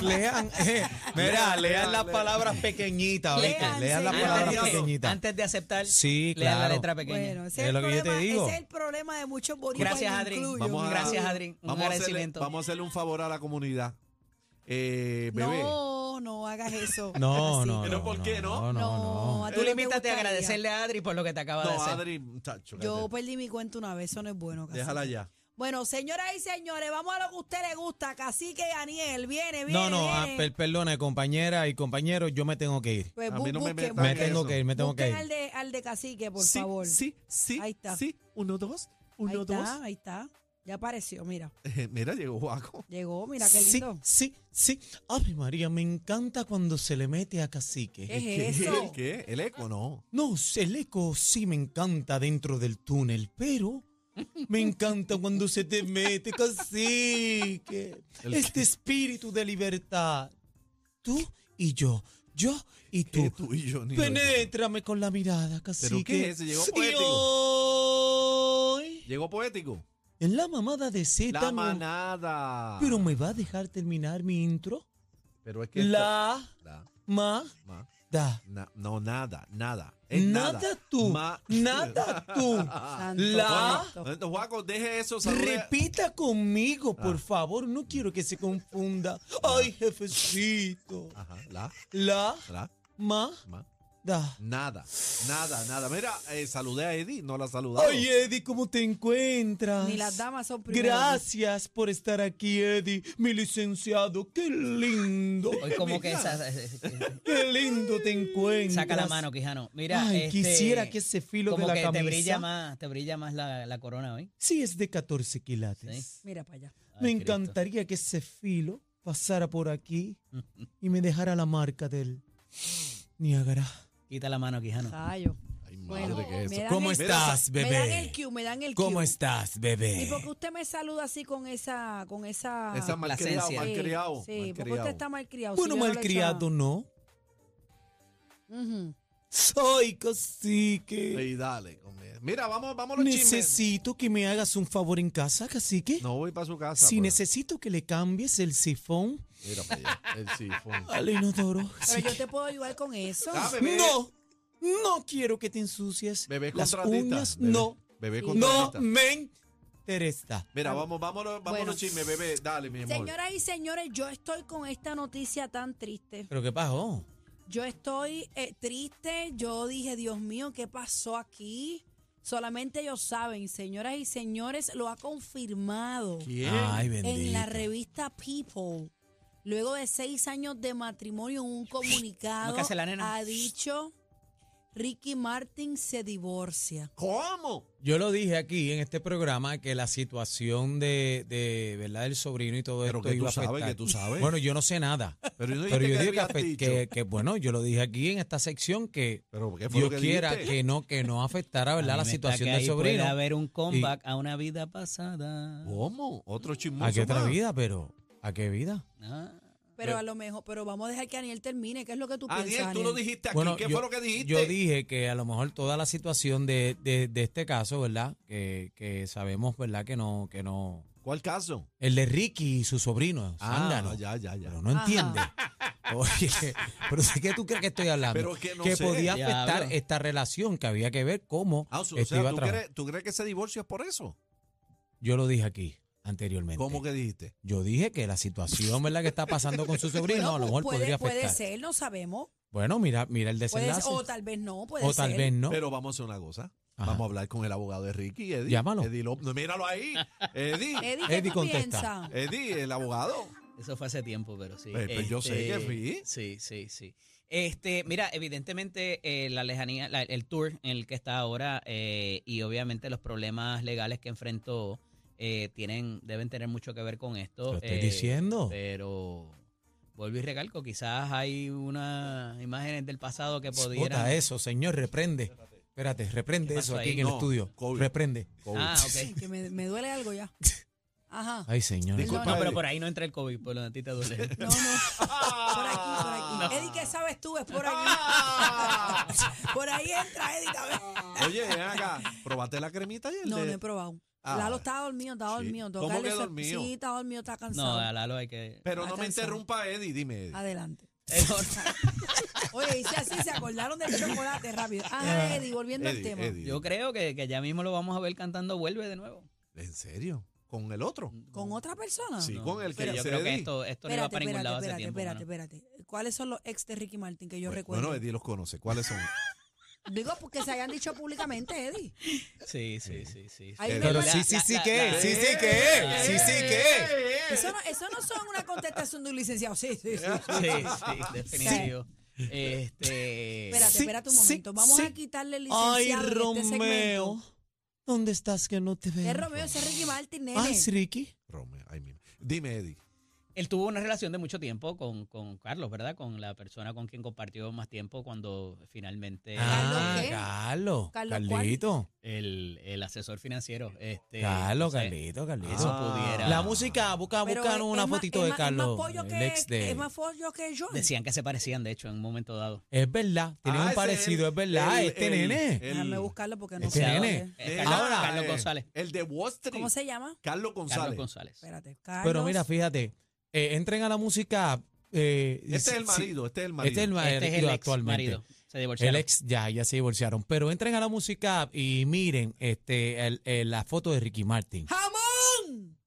Lean, lean. Lean, eh, mira, lean, las palabras pequeñitas, ¿oíste? Lean, Lean, sí. las Antes palabras de eso, pequeñitas. Antes de aceptar, Sí, lea la claro. letra pequeña. Bueno, ese Es es, lo el que yo te problema, digo. ese es el problema de muchos boricuas. Gracias, y me Adri. incluyo, Vamos me a- incluyo. Gracias, Adri. Un vamos, a hacerle, agradecimiento. vamos a hacerle un favor a la comunidad. Eh, bebé. No, no hagas eso. No, Así. no, Pero no, ¿por qué No, no? no, a ti Tú no te limítate a gustaría. agradecerle a Adri por lo que te acaba de No, hacer. Adri, muchacho. Yo cállate. perdí mi cuenta una vez, eso no es bueno. Cacique. Déjala ya. Bueno, señoras y señores, vamos a lo que a usted le gusta. Cacique y Aniel, viene, viene. no. No, no, ah, viene. per- perdone, compañera y compañero, yo me tengo que ir. Pues A bu- mí no me busquen, metan Me busquen. tengo eso. que ir, me tengo que Busquen ir. al de, al de cacique, por sí, favor. Sí, sí. Ahí está. Sí. Uno, dos. Uno, ahí dos. Eh, está, ahí está. Ya apareció, mira. Mira, llegó Juaco. Llegó, mira qué sí, lindo. sí, sí. Ay, María, me encanta cuando se le mete a cacique. ¿Qué es eso? ¿El qué? El eco, no. No, el eco sí me encanta dentro del túnel, pero me encanta cuando se te mete, cacique. El- Este espíritu de libertad. Tú y yo, yo y tú. Eh, tú y yo, ni Penétrame con la mirada, ¿Pero cacique. qué es eso? Llegó Y poético. hoy, Llegó poético. en la mamada de La Z. me- manada. Pero me va a dejar terminar mi intro. Pero es que. La esto- La. ma-da. ma- na- no, nada, nada. Es Nada tú, Ma- nada tú. Santo La Cristo. Juaco, Juaco, deje eso. salude a- Repita conmigo, por Ah. favor. No quiero que se confunda. Ay, jefecito. Ajá, la, La la, ma ma. da. Nada, nada, nada. Mira, eh, saludé a Eddie, no la Oh. saludaba. Ay, Eddie, ¿cómo te encuentras? Ni las damas son primeras. Gracias por estar aquí, Eddie, mi licenciado. Qué lindo. Hoy como que esa- eh, Qué lindo te encuentras. saca la mano, Quijano. Mira, Ay, este, quisiera que ese filo de como la que camisa. te brilla más, te brilla más la, la corona hoy. Sí, es de 14 quilates. Sí. Mira para allá. Ay, Me Cristo. encantaría que ese filo pasara por aquí y me dejara la marca del Niágara. Quita la mano, Quijano. Rayo. Ay, Bueno, madre, que es me eso. dan ¿Cómo el- estás, Me dan bebé? el cue, me dan el cue. ¿Cómo estás, Y bebé? porque usted me saluda así con esa, con esa. Esa malcriado, Sí, malcriado. Sí, porque malcriado. usted está malcriado. Bueno, malcriado, criado ¿no? Soy cacique. Ey, dale. hombre. Mira, vamos, vamos a los chismes. Necesito que me hagas un favor en casa, cacique. No voy para su casa. Si pero- necesito que le cambies el sifón Mira para allá, el sifón. al inodoro. Pero cacique. yo te puedo ayudar con eso. Ah, bebé. No, no quiero que te ensucies. Bebé es Las contratista, uñas, bebé. no. Bebé No contratista. me interesa. Mira, vamos, vamos, vamos a Bueno. los chismes, bebé. Dale, mi amor. Señoras y señores, yo estoy con esta noticia tan triste. ¿Pero qué pasó? Yo estoy eh, triste. Yo dije, Dios mío, ¿qué pasó aquí? Solamente ellos saben, señoras y señores, lo ha confirmado. ¿Quién? Ay, bendito. en la revista People. Luego de seis años de matrimonio, en un comunicado No, que se la nena. ha dicho Ricky Martin se divorcia. ¿Cómo? Yo lo dije aquí en este programa que la situación de, de ¿verdad? del sobrino y todo Pero esto que iba tú a afectar. sabes, que tú sabes. Bueno, yo no sé nada. Pero, ¿no Pero yo dijiste que digo que, habías afe- dicho? que- que, bueno, yo lo dije aquí en esta sección que Pero, ¿qué fue Dios lo que quiera dijiste? que no que no afectara, ¿verdad? A mí La me situación está que del ahí sobrino. Oh. Puede haber un comeback a una vida pasada. ¿Cómo? Otro chismoso ¿A qué otra más. vida? Pero ¿a qué vida? Ah, Pero a lo mejor, pero vamos a dejar que Aniel termine. ¿Qué es lo que tú piensas? Ah, Daniel, tú lo Aniel? dijiste aquí. Bueno, ¿Qué yo- fue lo que dijiste? Yo dije que a lo mejor toda la situación de, de- de este caso, ¿verdad? Que, que sabemos, ¿verdad? Que no que no ¿Cuál caso? el de Ricky y su sobrino, Zángano. Ah, ya, ya, ya. Pero no Ajá. entiende. Oye, pero ¿de qué tú crees que estoy hablando? Pero que no sé. podía Diablo. afectar esta relación, que había que ver cómo Ah, o sea, esto iba a ¿tú trabajar. crees, ¿tú crees que ese divorcio es por eso? Yo lo dije aquí anteriormente. ¿Cómo que dijiste? Yo dije que la situación, ¿verdad?, que está pasando con su sobrino, Bueno, a lo mejor puede, podría puede afectar. ser, no sabemos. Bueno, mira, mira el Puede ser, desenlace. o tal vez no, puede O tal ser. vez no. Pero vamos a hacer una cosa. Ajá. Vamos a hablar con el abogado de Ricky, Eddie. Llámalo. Eddie López. No, míralo ahí. Eddie. Eddie, ¿qué Eddie tú contesta. piensas? Eddie, el abogado. Ah, Eso fue hace tiempo, pero sí. Este, Pues, pues, yo sé que fui. Sí, sí, sí. Este, mira, evidentemente eh, la lejanía, la- el tour en el que está ahora eh, y obviamente los problemas legales que enfrentó eh, tienen, deben tener mucho que ver con esto. Lo estoy eh, diciendo. Pero vuelvo y recalco, quizás hay unas imágenes del pasado que pudieran. Bota eso, señor, reprende. Espérate, reprende ¿Qué eso pasó aquí ahí? en el No, estudio. COVID. Reprende. COVID. Ah, Ay, ok. que me, me duele algo ya. Ajá. Ay, señor. Disculpa, No, Eddie. pero por ahí no entra el COVID, por donde a ti te duele. No, no. Ah. Por aquí, por aquí. Eddie, ¿qué sabes tú? Es por aquí. por ahí entra Eddie también. Oye, ven acá, ¿probaste la cremita ayer? No, de- no he probado. Ah. Lalo está dormido, está Sí. dormido. ¿Cómo Tocarle que ese- dormido? Sí, está dormido, está No, cansado. a Lalo hay que. Pero no Está me cansado. interrumpa, Eddie, dime. Eddie. Adelante. Eh, no, Oye, dice así, se acordaron del chocolate rápido. Ah, Eddie, volviendo al Eddie, tema. Eddie. Yo creo que, que ya mismo lo vamos a ver cantando Vuelve de nuevo. ¿En serio? ¿Con el otro? ¿Con otra persona? Sí, con el que pero yo se creo que dedique. esto, esto no iba Espérate, para ningún lado espérate, hace espérate, tiempo. espérate, mano. espérate. ¿Cuáles son los ex de Ricky Martin que yo Bueno, recuerdo? Bueno, Eddie los conoce. ¿Cuáles son? Digo, porque se hayan dicho públicamente, Eddie. Sí, sí, sí, sí. Eh, Ahí sí. me Pero La- sí, sí, sí la- que, la- sí, sí que, sí, sí que. Eh. Eso no, eso no son una contestación de un licenciado. Sí, sí, sí. Sí, sí, definitivo. Este. Espérate, Sí, espérate un sí, momento. Vamos sí. a quitarle el licenciado Ay, de este segmento. Romeo, ¿dónde estás que no te Es veo? Romeo, ese es Ricky Martin, nene. Ay, Ah, sí, Ricky. Romeo, ahí mismo. Dime, Eddie. Él tuvo una relación de mucho tiempo con, con Carlos, ¿verdad? Con la persona con quien compartió más tiempo cuando Eh, finalmente Ah, ¿qué? Carlos, ¿Carlos cuál? Carlito. el, el asesor financiero. Eh, Este, Carlos, José, Carlito, Carlito. Eso Ah. pudiera. La música, busca, Pero busca es- una es más- fotito es de más- Carlos. Es más pollo el que, este, ex de- es más pollo que yo. Decían que se parecían, de hecho, en un momento dado. Es verdad, tiene Ah, un ese parecido, el- es verdad, el- este el- nene. el- Déjame buscarlo porque no Este sé. cuál nene. es. Eh, Ah, Carlos, eh, Carlos González. El de Wall Street. ¿Cómo se llama? Carlos González. Carlos González. Espérate, Carlos. Pero mira, fíjate, eh, entren a la música. eh, Este si- es el si- marido, este es el marido. Este es el marido Este es el ex actualmente. marido. Se divorciaron. El ex ya, ya se divorciaron. Pero entren a la música y miren este el- el- la foto de Ricky Martin. ¡Jamón!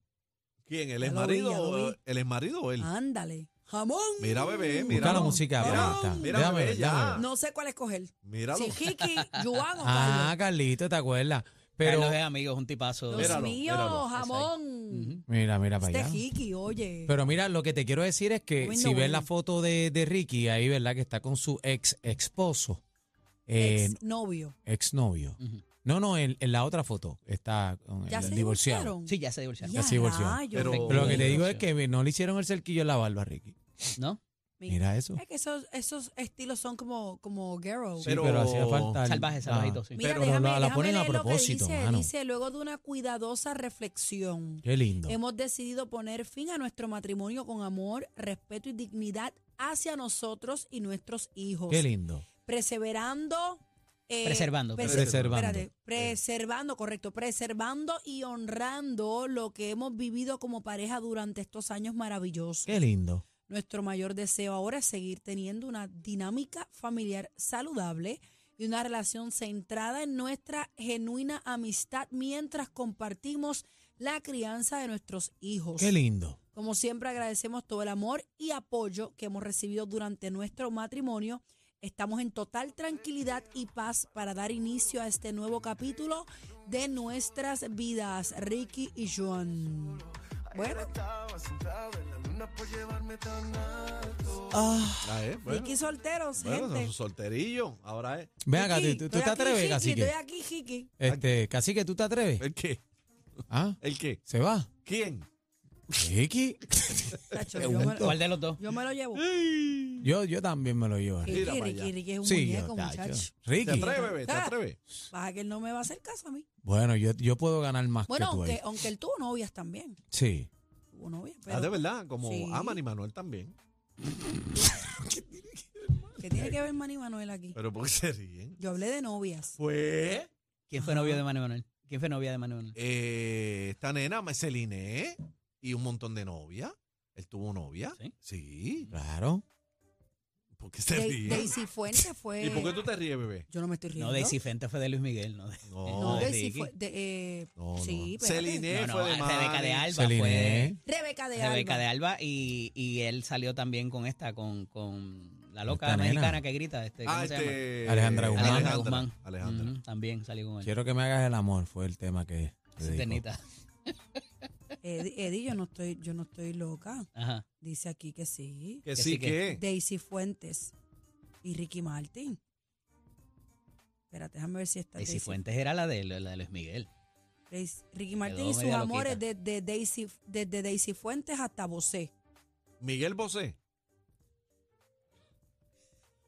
¿Quién? ¿El Ya ex lo vi, ya marido? lo o- vi. Ah, ¿El ex marido o él? Ándale. ¡Jamón! Mira, bebé, mira. Busca la música. Mira, vamos, está. mira, Déjame bebé, ver, ya. déjame ver. No sé cuál escoger. Míralo. Si Ricky, Juan o Ah, Carlos. Carlito, ¿te acuerdas? Pero, Carlos es amigo, es un tipazo. Dios Míralo, mío, míralo. jamón. mira, mira para Este allá. Ricky, oye. Pero mira, lo que te quiero decir es que Comiendo si ves bueno. la foto de, de Ricky, ahí, ¿verdad? Que está con su ex esposo, eh, Ex novio. ex novio. Ujú. No, no, en, en la otra foto está con ¿Ya el se divorciado. divorciaron? Sí, ya se divorciaron. Ya, se divorciaron. rayos. Pero- Pero lo que te digo es Divorcio. que no le hicieron el cerquillo en la barba a Ricky. ¿No? Mira eso. Es que esos, esos estilos son como, como girl. Sí, pero, hacía falta. el- Salvaje, salvajito, Ah, sí. Mira, pero déjame, la, la déjame ponen a leer lo que propósito, dice, mano. dice, luego de una cuidadosa reflexión, Qué lindo. hemos decidido poner fin a nuestro matrimonio con amor, respeto y dignidad hacia nosotros y nuestros hijos. Qué lindo. Preservando. eh, Preservando, perse- preservando. espérate, preservando, correcto. Preservando y honrando lo que hemos vivido como pareja durante estos años maravillosos. Qué lindo. Nuestro mayor deseo ahora es seguir teniendo una dinámica familiar saludable y una relación centrada en nuestra genuina amistad mientras compartimos la crianza de nuestros hijos. Qué lindo. Como siempre agradecemos todo el amor y apoyo que hemos recibido durante nuestro matrimonio. Estamos en total tranquilidad y paz para dar inicio a este nuevo capítulo de nuestras vidas, Ricky y Joan. Bueno, Ah, eh, bueno. Ricky solteros, Bueno, gente. son solterillo. Ahora es. Ven acá, Jiki, ¿tú, tú- tú estoy te aquí, atreves, Jiki, cacique? Estoy aquí, Jiki. Este, cacique, ¿tú te atreves? ¿El qué? ¿Ah? ¿El qué? ¿Se va? ¿Quién? Ricky. Tacho, yo, me lo, ¿Cuál de los dos? yo me lo llevo. Yo, yo también me lo llevo. Ricky, para Ricky, allá. Ricky es un Sí, yo, muñeco, tacho. muchacho. ¿Te Ricky. atreves, bebé? ¿Te Ah. atreves? Baja que él no me va a hacer caso a mí. Bueno, yo, yo puedo ganar más Bueno, que tú ahí. aunque, aunque él tuvo novias también. Sí. Tuvo novias, ah, de pero verdad, como Sí. Aman y Manuel también. ¿qué tiene que ver Manny Manuel aquí? Pero ¿por qué se ríen? Yo hablé de novias. Pues, ¿Quién fue novio de Manuel Manuel? ¿Quién fue novia de Manuel Manuel? eh, esta nena, Celine, y un montón de novia. Él tuvo novia. ¿Sí? Sí. Claro. ¿Por qué se Da- ríen? Daisy Fuente fue. ¿Y por qué tú te ríes, bebé? Yo no me estoy riendo. No, Daisy Fente fue de Luis Miguel, ¿no? de- No, No, de Daisy Ricky. fue. de, eh, No, sí, no. espérate. Celine No, no, fue de Rebeca de Manny. Alba Celine. fue. Rebeca de Rebeca Alba. de Alba y, y él salió también con esta, con, con la loca Esta nena. mexicana que grita. Este, ¿Cómo Ah, se llama? este, Alejandra Guzmán. Alejandra Guzmán. Alejandra. Ujú, también salió con él. Quiero que me hagas el amor, fue el tema que. le Esa dedicó. ternita. Eddie, Eddie, yo no estoy, yo no estoy loca. Ajá. Dice aquí que sí. Que sí, sí, que- que. Daisy Fuentes y Ricky Martin. Espérate, déjame ver si está Daisy Fuentes era la de, la de Luis Miguel. Daisy- Ricky Martin Quedó y sus media amores loquita. desde Daisy, desde Daisy Fuentes hasta Bosé. Miguel Bosé.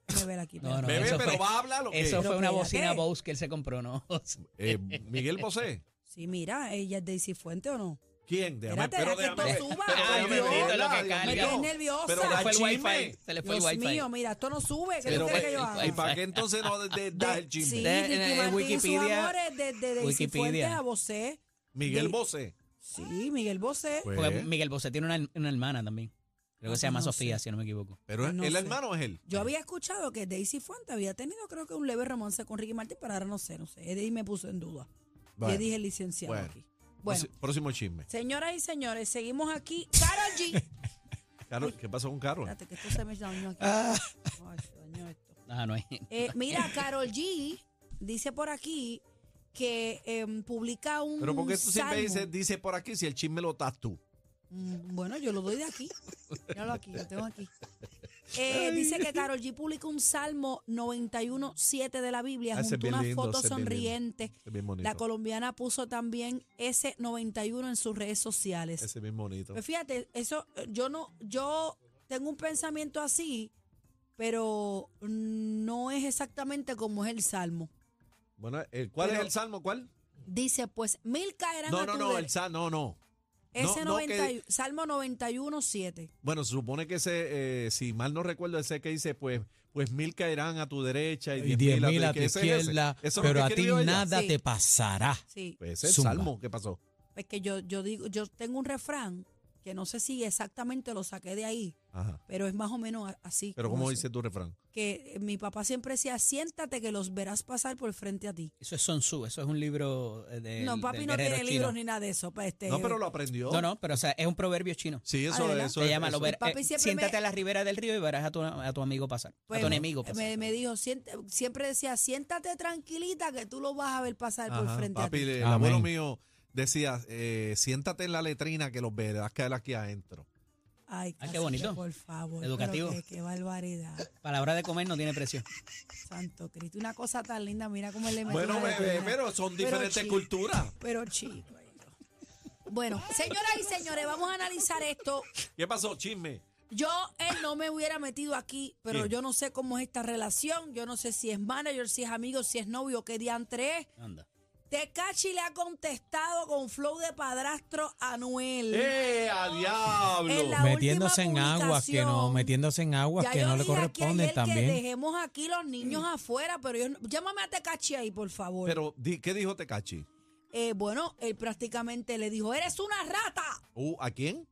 Déjame ver aquí. No, no, Bebé, eso pero fue- va a hablar o qué? Eso Pero fue una espérate. bocina Bose que él se compró, ¿no? Eh, Miguel Bosé. Sí, mira, ella es Daisy Fuentes o no. ¿Quién? Déjame, Espérate, deja pero que déjame. esto suba, Déjame Ay, por Dios. bendito, lo que Dios Me carga. mío. tienes nerviosa. Ah, Pero se le da fue el chisme. wifi. Se le fue Dios el wifi. mío, mira, esto no sube. ¿Qué Pero tú quieres que yo ve- haga? ¿Y para qué entonces no de- de- das el Sí, chisme? De- Ricky en- en Martin y sus Wikipedia. amores desde de, Wikipedia. Cifuentes a Bosé. Miguel de- Bosé. Sí, Miguel Bosé. Pues, Porque Miguel Bosé tiene una, una hermana también. Creo que se llama No sé. Sofía, si no me equivoco. pero Ah, no el sé. hermano es él. Yo había escuchado que Daisy Fuente había tenido, creo que un leve romance con Ricky Martin, pero ahora no sé, no sé. Y me puso en duda. Bueno, Yo dije licenciado bueno. Pues, aquí. Bueno, próximo- Próximo chisme. señoras y señores, seguimos aquí. Carol G. Carol, ¿Qué pasó con Carol? Espérate, que esto se me dañó aquí. Ah. Ay, se dañó esto. Ah, no es. Eh, mira, Carol G dice por aquí que em, publica un. Pero porque tú siempre salmo. dices, dice por aquí si el chisme lo estás tú. Mm, Bueno, yo lo doy de aquí. Míralo aquí, lo tengo aquí. Eh, dice que Carol G publica un salmo 91.7 de la Biblia Ah, ese es junto a bien una lindo, foto ese es bien lindo. sonriente. Es bien bonito. La colombiana puso también ese 91 en sus redes sociales. Ese es bien bonito. Pues fíjate, eso eh, yo no, yo tengo un pensamiento así, pero no es exactamente como es el salmo. Bueno, el- ¿cuál Pero- es el salmo? ¿Cuál? Dice, pues mil caerán No, a no, tu no, de- el salmo, no, no. ese no, no, 90 y- que- Salmo 91, 7. Bueno, se supone que ese, eh, si mal no recuerdo, ese que dice, pues, pues mil caerán a tu derecha y Y diez, diez mil mil a tu que ese es ese. izquierda, Eso es lo que pero a ti escribió ella. nada Sí. te pasará. Sí, Pues ese es el Zumba. salmo, ¿qué pasó? es que yo, yo digo, yo tengo un refrán que no sé si exactamente lo saqué de ahí, Ajá. pero es más o menos a- así. Pero como ¿cómo eso. dice tu refrán? Que eh, mi papá siempre decía, siéntate que los verás pasar por frente a ti. Eso es Sun Tzu, eso es un libro eh, de. no, papi del no guerrero tiene chino. libros ni nada de eso. pa, Este, No, pero lo aprendió. No, no, pero o sea, es un proverbio chino. Sí, eso, Adelante. eso Se es- llama eso lo ver- es- papi eh, siempre Siéntate me- a la ribera del río y verás a tu, a tu amigo pasar. Pues, a tu enemigo pasar. me, me dijo, "Siéntate- siempre decía, siéntate tranquilita que tú lo vas a ver pasar por Ajá, frente Papi, a ti. el Amén. abuelo mío decía, eh, siéntate en la letrina que los verás caer aquí adentro. Ay, Ah, qué Cacique, bonito. Por favor. pero Educativo. Qué, qué barbaridad. Palabra de comer no tiene precio. Santo Cristo. Una cosa tan linda, mira cómo él le metió Bueno, la bebé, letrina. pero son Pero diferentes chico, culturas. Pero chico. ay, Dios. Bueno, señoras y señores, vamos a analizar esto. ¿Qué pasó, chisme? Yo, él no me hubiera metido aquí, pero Bien. yo no sé cómo es esta relación. Yo no sé si es manager, si es amigo, si es novio, qué diantre es. Anda. Tecachi le ha contestado con flow de padrastro a Noel. ¡Eh, a diablo! En la metiéndose en última aguas que no, publicación, metiéndose en aguas Ya que yo no le dije aquí ayer corresponden Que también. dejemos aquí los niños afuera, pero yo, no- llámame a Tecachi ahí, por favor. Pero, di- ¿qué dijo Tecachi? Eh, bueno, él prácticamente le dijo, eres una rata, Uh, ¿A quién?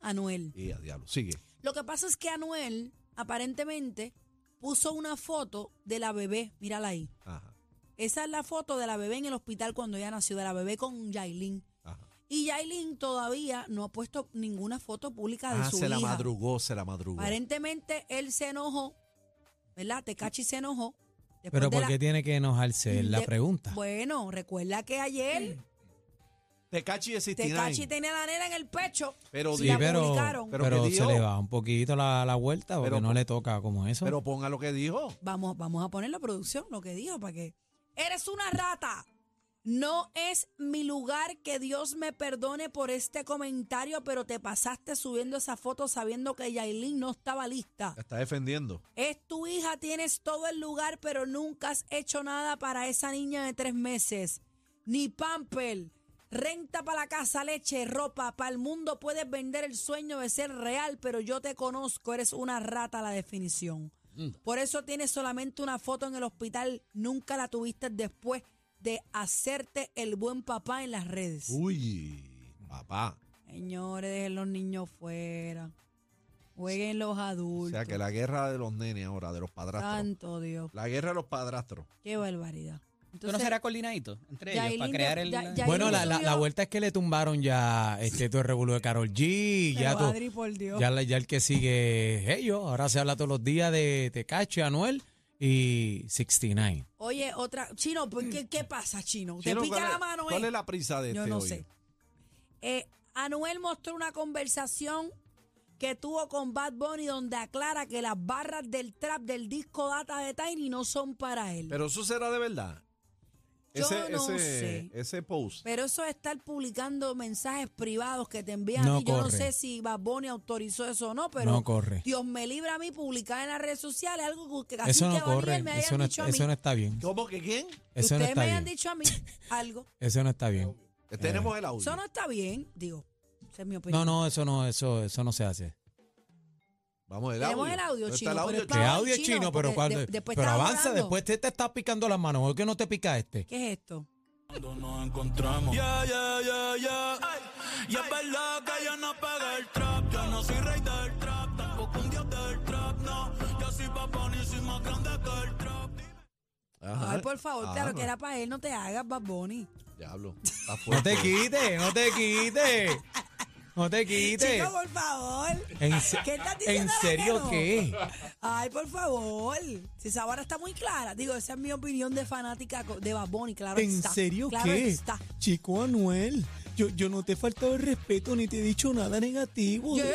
Anuel. Y a diablo, sigue. Lo que pasa es que Anuel, aparentemente, puso una foto de la bebé, mírala ahí. Ajá, Esa es la foto de la bebé en el hospital cuando ella nació, de la bebé con Yailin. ajá. Y Yailin todavía no ha puesto ninguna foto pública de Ah, su se la hija. madrugó, se la madrugó. Aparentemente él se enojó, ¿verdad? Tecachi se enojó. Después de Pero ¿por la- qué tiene que enojarse? Es la de- pregunta. Bueno, recuerda que ayer Tecachi existirá. Tecachi tenía la nena en el pecho. Pero, Sí, di- Sí, pero, publicaron. Pero pero, ¿qué se dio? le va un poquito la, la vuelta porque Pero no po- le toca como eso. pero ponga lo que dijo. Vamos, vamos a poner la producción, lo que dijo, para que. Eres una rata. No es mi lugar que Dios me perdone por este comentario, pero te pasaste subiendo esa foto sabiendo que Yailin no estaba lista. La está defendiendo. Es tu hija, tienes todo el lugar, pero nunca has hecho nada para esa niña de tres meses. Ni pamper, renta para la casa, leche, ropa, para el mundo puedes vender el sueño de ser real, pero yo te conozco, eres una rata a la definición. Mm. Por eso tienes solamente una foto en el hospital, nunca la tuviste después de hacerte el buen papá en las redes. Uy, papá. Señores, dejen los niños fuera. Jueguen los O adultos. sea que la guerra de los nenes ahora, de los padrastros. Santo Dios. La guerra de los padrastros. Qué barbaridad. ¿Tú no Entonces, será coordinadito entre ellos para Yailin crear de- el. Ya- Yailin bueno, la, la- subió- la vuelta es que le tumbaron ya este todo el revuelo de Carol G, pero ya, to- Adri, por Dios. ya, la- ya el que sigue es ellos. Ahora se habla todos los días de Tecachi, Anuel y 69. Oye, otra. Chino, ¿por ¿qué, qué pasa, Chino? Te Chino, pica ¿cuál la es- mano, ¿Cuál eh? es la prisa de Yo este no hoy? sé. Eh, Anuel mostró una conversación que tuvo con Bad Bunny donde aclara que las barras del trap del disco Data de Tiny no son para él. Pero, Pero eso será de verdad. Yo ese, no ese, sé. ese post. eso de estar publicando mensajes privados que te envían No a ti, yo no corre. sé si Bad Bunny autorizó eso o no, pero no corre. Dios me libra a mí publicar en las redes sociales algo que casi Eso que no Bad Bunny corre. me Eso hayan no, dicho a está- mí. eso no está bien. ¿Cómo que quién? Eso no Ustedes me está hayan bien. dicho a mí algo. Eso no está bien. Eh, Tenemos el audio. Eso no está bien, digo. Esa es mi opinión. No, no, eso no, eso, eso no se hace. Vamos, el audio. Tenemos el audio, ¿Dónde está chino, el pero Que audio, Estaba audio en es chino, chino, porque pero de- cuando. después pero estaba avanza, hablando. después te, te estás picando las manos. ¿Por qué no te pica este? ¿Qué es esto? Cuando nos encontramos. Ya, ya, ya, ya. Y es verdad que yo no pegué el trap. Yo no soy rey del trap, tampoco un dios del trap, no. Yo soy papón y soy más grande que el trap. Ajá. Ay, por favor, claro Ah, que era para él, no te hagas, Bad Bunny. Diablo. Está No fuerte. te quites, no te quites. No te quites. Chico, por favor. ¿En, se- ¿Qué estás diciendo? ¿en ahora que serio no? qué? Ay, por favor. Si esa vara está muy clara. Digo, esa es mi opinión de fanática co- de Bad Bunny, claro ¿En está. serio claro qué? está. Chico Anuel, yo, yo no te he faltado el respeto ni te he dicho nada negativo. ¿Qué?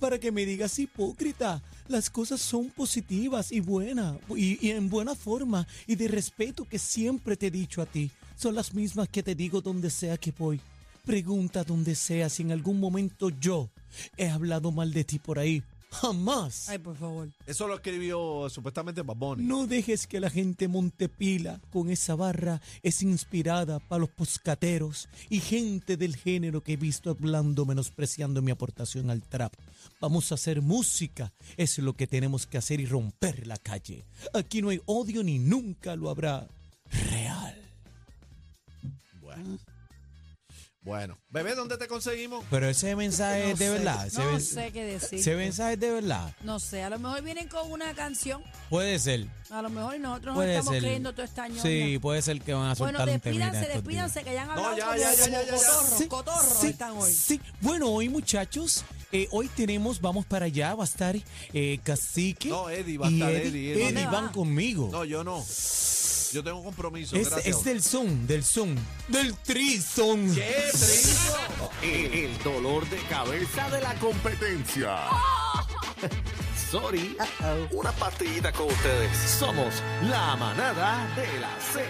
Para que me digas hipócrita. Las cosas son positivas y buenas, y, y en buena forma, y de respeto que siempre te he dicho a ti. Son las mismas que te digo donde sea que voy. Pregunta donde sea si en algún momento yo he hablado mal de ti por ahí. Jamás. Ay, por favor. Eso lo escribió supuestamente Bad Bunny. No dejes que la gente Montepila con esa barra es inspirada para los poscateros y gente del género que he visto hablando menospreciando mi aportación al trap. Vamos a hacer música, es lo que tenemos que hacer y romper la calle. Aquí no hay odio ni nunca lo habrá real. Bueno. Bueno. Bebé, ¿dónde te conseguimos? Pero ese mensaje No es de sé, verdad. Ese, No men- sé qué decir. ese mensaje es de verdad. No sé, a lo mejor vienen con una canción. Puede ser. A lo mejor nosotros nos Puede estamos ser. creyendo toda esta ñoña. Sí, puede ser que van a soltar Bueno, un temita despídanse, estos días. despídanse, que hayan hablado ya, como, ya, ya, como ya, ya. cotorros, Sí, cotorros sí, están hoy. sí. Bueno, hoy muchachos, eh, hoy tenemos, vamos para allá, va a estar eh, Cacique. No, Eddie, va a y estar Eddie, Eddie. ¿Dónde van va? conmigo. No, yo no. Yo tengo un compromiso. es, gracias. es del Zoom, del Zoom, del Trison. ¿Qué, Prince? El, el dolor de cabeza de la competencia. Sorry. Una pastillita con ustedes. Somos la manada de la Z.